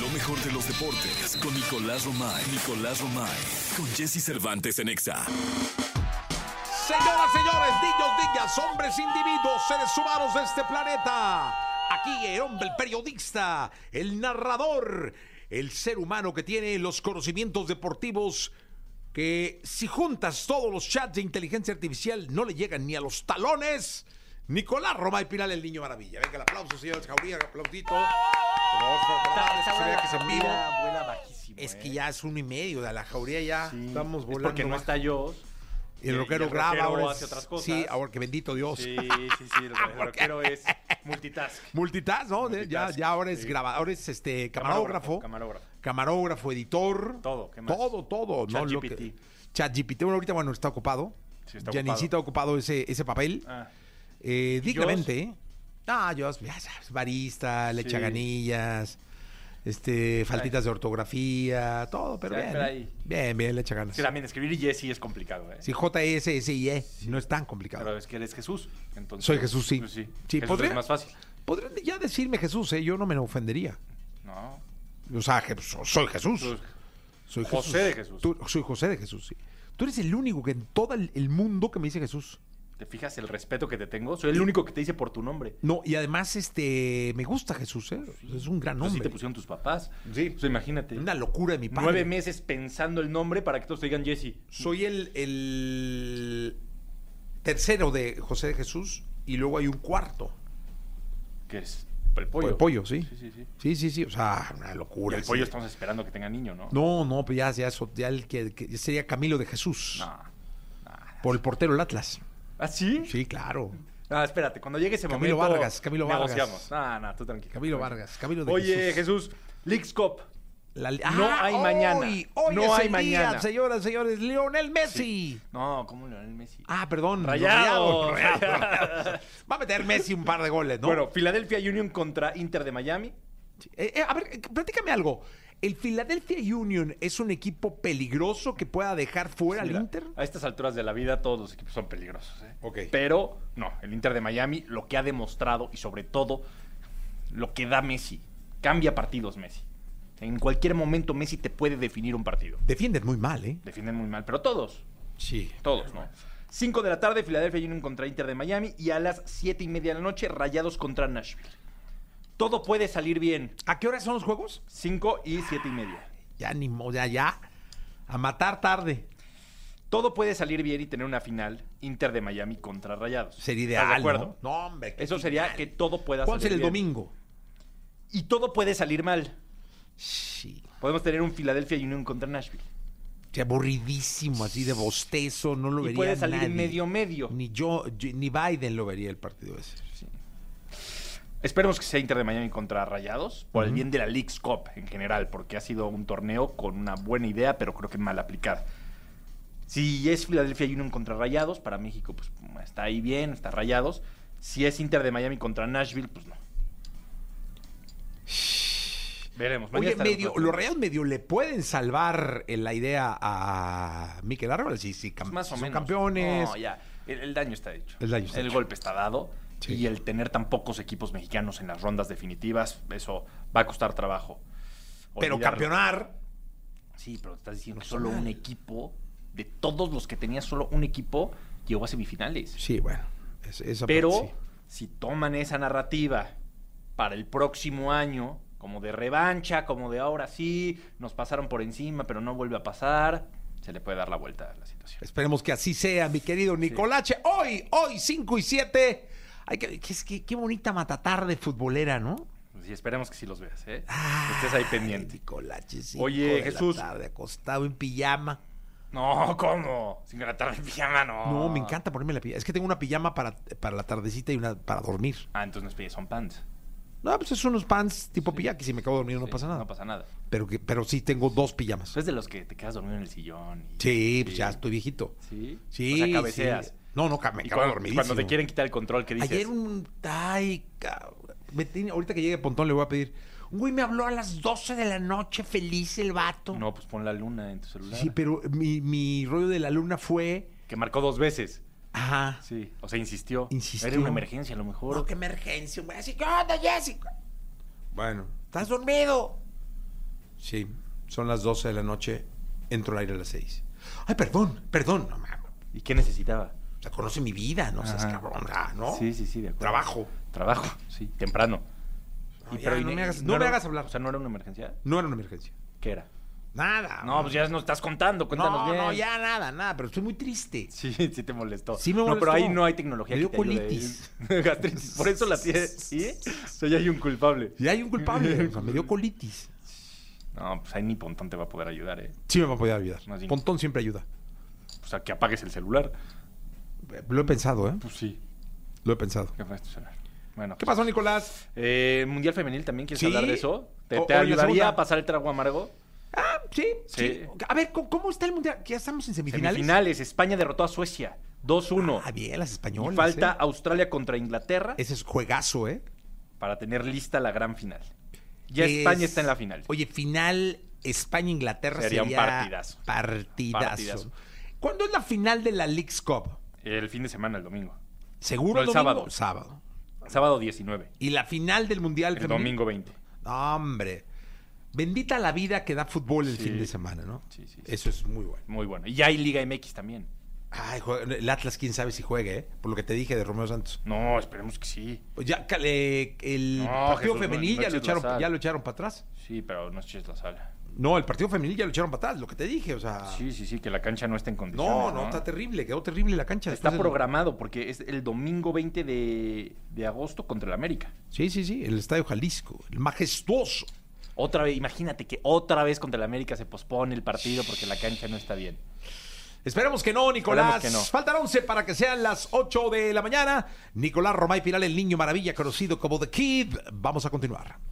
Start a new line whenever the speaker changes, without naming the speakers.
Lo mejor de los deportes con Nicolás Romay. Nicolás Romay. Con Jesse Cervantes en Exa.
Señoras, señores, niños, niñas, hombres, individuos, seres humanos de este planeta. Aquí el hombre, el periodista, el narrador, el ser humano que tiene los conocimientos deportivos que si juntas todos los chats de inteligencia artificial no le llegan ni a los talones. Nicolás Romay Pinal, el niño maravilla. Venga, el aplauso, señores Jauría, aplaudito. Por favor, por favor,
Ah,
que se vea que es en vivo.
bajísimo. ¿eh?
Es que ya es uno y medio, de la Jauría ya estamos volando.
porque no
bajo.
está yo.
Y el
Y-
rockero
y el
graba.
rockero
ahora
hace otras cosas.
Sí, ahora que bendito Dios.
Sí, sí, sí. El rockero es multitask.
Multitask, ¿no? Ya,
Multitask,
ya ahora es
sí.
grabador, ahora es este, camarógrafo, camarógrafo,
Camarógrafo.
editor.
Todo, ¿qué más?
Todo, todo. ¿no? Lo
ChatGPT.
que- ChatGPT. Bueno, ahorita, bueno, está ocupado.
Sí, está
Yanisita ha ocupado ese, ese papel.
Ah,
Eh,
¿Y
dignamente, ¿eh? Ah, yo, ya sabes, barista, le
Sí.
echa ganillas, este, faltitas de ortografía, todo, pero
Siempre
bien. ¿eh?
ahí.
Bien, bien, le echa ganas.
sí, también escribir Jesse es complicado, ¿eh?
Sí, JSSIE, E, no es tan complicado.
Pero es que eres Jesús. Entonces,
Soy Jesús, sí.
Pues sí,
Sí,
Jesús
¿podría?
es más fácil.
Podrían ya decirme Jesús, ¿eh? Yo no me ofendería.
No. pues,
O sea, Je- so- soy Jesús.
Jesús.
Soy
José de Jesús.
Tú- soy José de Jesús, sí. Tú eres el único que en todo el, el mundo que me dice Jesús.
¿Te fijas el respeto que te tengo? Soy el único que te dice por tu nombre. Pues
No, y además, este, me gusta Jesús, ¿eh? Es un gran hombre.
Entonces, Pues sí te pusieron tus papás.
Sí.
Pues imagínate.
Una locura de mi padre.
Nueve meses pensando el nombre para que todos te digan Jesse.
Soy el, el tercero de José de Jesús y luego hay un cuarto.
Que es el pollo.
El pollo, sí.
Sí, sí, sí.
Sí, sí, sí. O sea, una
Y
locura.
el pollo
sí.
estamos esperando que tenga niño, ¿no?
No, no, pues ya, ya, eso- ya el que, que sería Camilo de Jesús.
No.
Por el portero del Atlas.
¿Ah, sí?
Sí, claro.
Ah, espérate, cuando llegue ese
Camilo
momento.
Vargas, Camilo Vargas.
Negociamos. Ah, no, tú tranquilo.
Camilo Vargas, Camilo de
Oye, Jesús, Leaks Cup.
La- Ah,
No hay mañana.
Hoy, hoy
No
es
hay
el
mañana.
día, señoras, señores, Lionel Messi.
No, ¿cómo Leonel Messi?
Ah, perdón.
Rayados.
Rayados, rayados. Va a meter Messi un par de goles, ¿no?
Bueno, Philadelphia Union contra Inter de Miami.
Eh, eh, a ver, eh, platícame algo. ¿El Philadelphia Union es un equipo peligroso que pueda dejar fuera al
Mira,
Inter?
A estas alturas de la vida todos los equipos son peligrosos. ¿eh?
Ok.
Pero no, el Inter de Miami lo que ha demostrado y sobre todo lo que da Messi. Cambia partidos Messi. En cualquier momento Messi te puede definir un partido.
Defienden muy mal, ¿eh?
Defienden muy mal, pero todos,
Sí.
todos, ¿no? 5 de la tarde, Philadelphia Union contra Inter de Miami y a las siete y media de la noche, Rayados contra Nashville. Todo puede salir bien.
¿A qué hora son los juegos?
5 y siete y media.
Ya ni mo- ya, ya. A matar tarde.
Todo puede salir bien y tener una final Inter de Miami contra Rayados.
Sería
¿Estás
ideal.
de acuerdo?
¿no? No, hombre. qué
Eso sería
ideal.
que todo pueda
¿Cuándo
salir
será el
bien.
domingo?
Y todo puede salir mal.
Sí.
Podemos tener un Philadelphia Union contra Nashville.
Qué aburridísimo, así de bostezo, no lo
Y
vería
puede salir
nadie.
medio-medio.
Ni yo, yo- ni Biden lo vería el partido ese.
Esperemos que sea Inter de Miami contra Rayados por el bien de la League's Cup en general, porque ha sido un torneo con una buena idea, pero creo que mal aplicada. Si es Philadelphia Union contra Rayados, para México, pues está ahí bien, está Rayados. Si es Inter de Miami contra Nashville, pues no. Veremos. mañana
Oye,
estaremos
medio,
platicando.
los rayados medio le pueden salvar eh, la idea a Mikel Árbol, sí, sí, cam-
Pues más o
son
menos.
campeones.
No, ya. El, el daño está hecho.
El daño está hecho.
golpe está dado.
Sí.
Y el tener tan pocos equipos mexicanos en las rondas definitivas, eso va a costar trabajo.
pero
Olvidarlo.
campeonar.
Sí, pero estás diciendo que
está
solo
mal.
un equipo, de todos los que tenía solo un equipo, llegó a semifinales.
Sí, bueno. es- esa
pero
parte sí.
si toman esa narrativa para el próximo año, como de revancha, como de ahora sí, nos pasaron por encima, pero no vuelve a pasar, se le puede dar la vuelta a la situación.
Esperemos que así sea, mi querido Nicolache. Hoy, hoy, 5 y 7. Ay, qué, qué, qué- qué bonita matatarde futbolera, ¿no?
Y esperemos que sí los veas, ¿eh?
Ah, Ay,
Estés ahí pendiente.
Nicolache, sí.
Oye, Jesús.
tarde, acostado en pijama.
No, ¿cómo? Sin gratar en pijama, no.
No, me encanta ponerme la pijama. Es que tengo una pijama para, para la tardecita y una para dormir.
Ah, entonces no es pijama, son pants.
No, pues es unos pants tipo pijama que si me acabo de dormir no
Sí,
pasa nada.
No pasa nada.
Pero, que, pero sí tengo dos pijamas.
Eso es de los que te quedas dormido en el sillón. y-
Sí, pues ya estoy viejito.
Sí.
Sí,
O sea,
sí.
cabeceas.
No, no, ca- me
Y
acabo de
cuando,
dormir.
cuando te quieren quitar el control, ¿qué dices?
Ayer un... Ay, cabrón. Me tiene- Ahorita que llegue Pontón le voy a pedir... Un güey me habló a las 12 de la noche, feliz el vato.
No, pues pon la luna en tu celular.
Sí, pero mi, mi rollo de la luna fue...
Que marcó dos veces.
Ajá.
Sí. O sea, insistió.
Insistió.
Era una emergencia, a lo mejor.
No, qué emergencia, güey. Así, ¿qué onda, Jessica?
Bueno.
¿Estás dormido? Sí, son las 12 de la noche, entro al aire a las 6. Ay, perdón, perdón. No, mames,
¿Y qué necesitaba?
o sea, conoce mi vida, no seas
Ajá.
cabrón, ah, ¿no?
Sí, sí, sí, de acuerdo.
Trabajo.
Trabajo, sí, temprano.
No, ya, no
ne-
me hagas- no me
era-
hagas hablar.
O sea, ¿no era una emergencia?
No era una emergencia.
¿Qué era?
Nada.
No, pues ya nos estás contando, cuéntanos
Ah, no,
bien.
no, ya nada, nada, pero estoy muy triste.
Sí, sí te molestó.
Sí me
No, pero
molestó.
ahí no hay tecnología
Me
que
dio
te ayude. ¿eh?
colitis.
Gastritis. Por eso la tienes. ¿Sí? O sea, ya hay un culpable.
Y hay un culpable, o sea, me dio colitis.
No, pues ahí ni Pontón te va a poder ayudar, ¿eh?
Sí me va a poder ayudar.
Más bien.
Pontón siempre ayuda.
O sea, que apagues el celular.
Eh, Lo he pensado, ¿eh?
Pues sí.
Lo he pensado.
Que apagues tu celular. Bueno.
¿Qué
pues,
pasó, Nicolás?
eh, Mundial Femenil también, ¿quieres
Sí.
hablar de eso? ¿Te,
O-
te
o en la
ayudaría
segunda.
a pasar el trago amargo?
Ah, sí, sí.
Sí.
A ver, ¿cómo, cómo está el mundial? ¿Ya estamos en semifinales?
Semifinales. España derrotó a Suecia. 2-1.
Ah, bien, las
y
españolas.
falta
¿eh?
Australia contra Inglaterra
Ese es juegazo, ¿eh?
para tener lista la gran final. Ya
Es-
España está en la final.
Oye, final España-Inglaterra
Sería
sería,
un partidazo.
partidazo.
Partidazo.
¿Cuándo es la final de la League's Cup?
El fin de semana, el domingo.
Seguro
No, el
domingo?
sábado.
Sábado.
Sábado 19.
Y la final del mundial
El
femenil?
domingo 20.
No, hombre. Bendita la vida que da fútbol el
Sí.
fin de semana, ¿no?
Sí, sí, sí.
Eso es muy bueno.
Muy bueno. Y ya hay Liga MX también.
Ay, jue- el Atlas, quién sabe si juegue, ¿eh? Por lo que te dije de Romeo Santos.
No, esperemos que sí.
Pues ya cal- eh, el
No,
partido
Jesús,
femenil
no- no
ya, lo
eches la
echaron,
sal.
ya lo echaron para atrás.
Sí, pero no eches la sala.
No, el partido femenil ya lo echaron para atrás, lo que te dije, o sea.
Sí, sí, sí, que la cancha no está en condiciones.
Ah. no, no, está terrible, quedó terrible la cancha.
Está
después del-
programado porque es el domingo 20 de, de agosto contra el América.
Sí, sí, sí, el Estadio Jalisco, el majestuoso.
Otra vez, imagínate que otra vez contra el América se pospone el partido porque la cancha no está bien.
Esperemos que no, Nicolás.
Esperemos que no.
Faltan 11 para que sean las 8 de la mañana. Nicolás Romay Pilar, el niño maravilla conocido como The Kid. Vamos a continuar.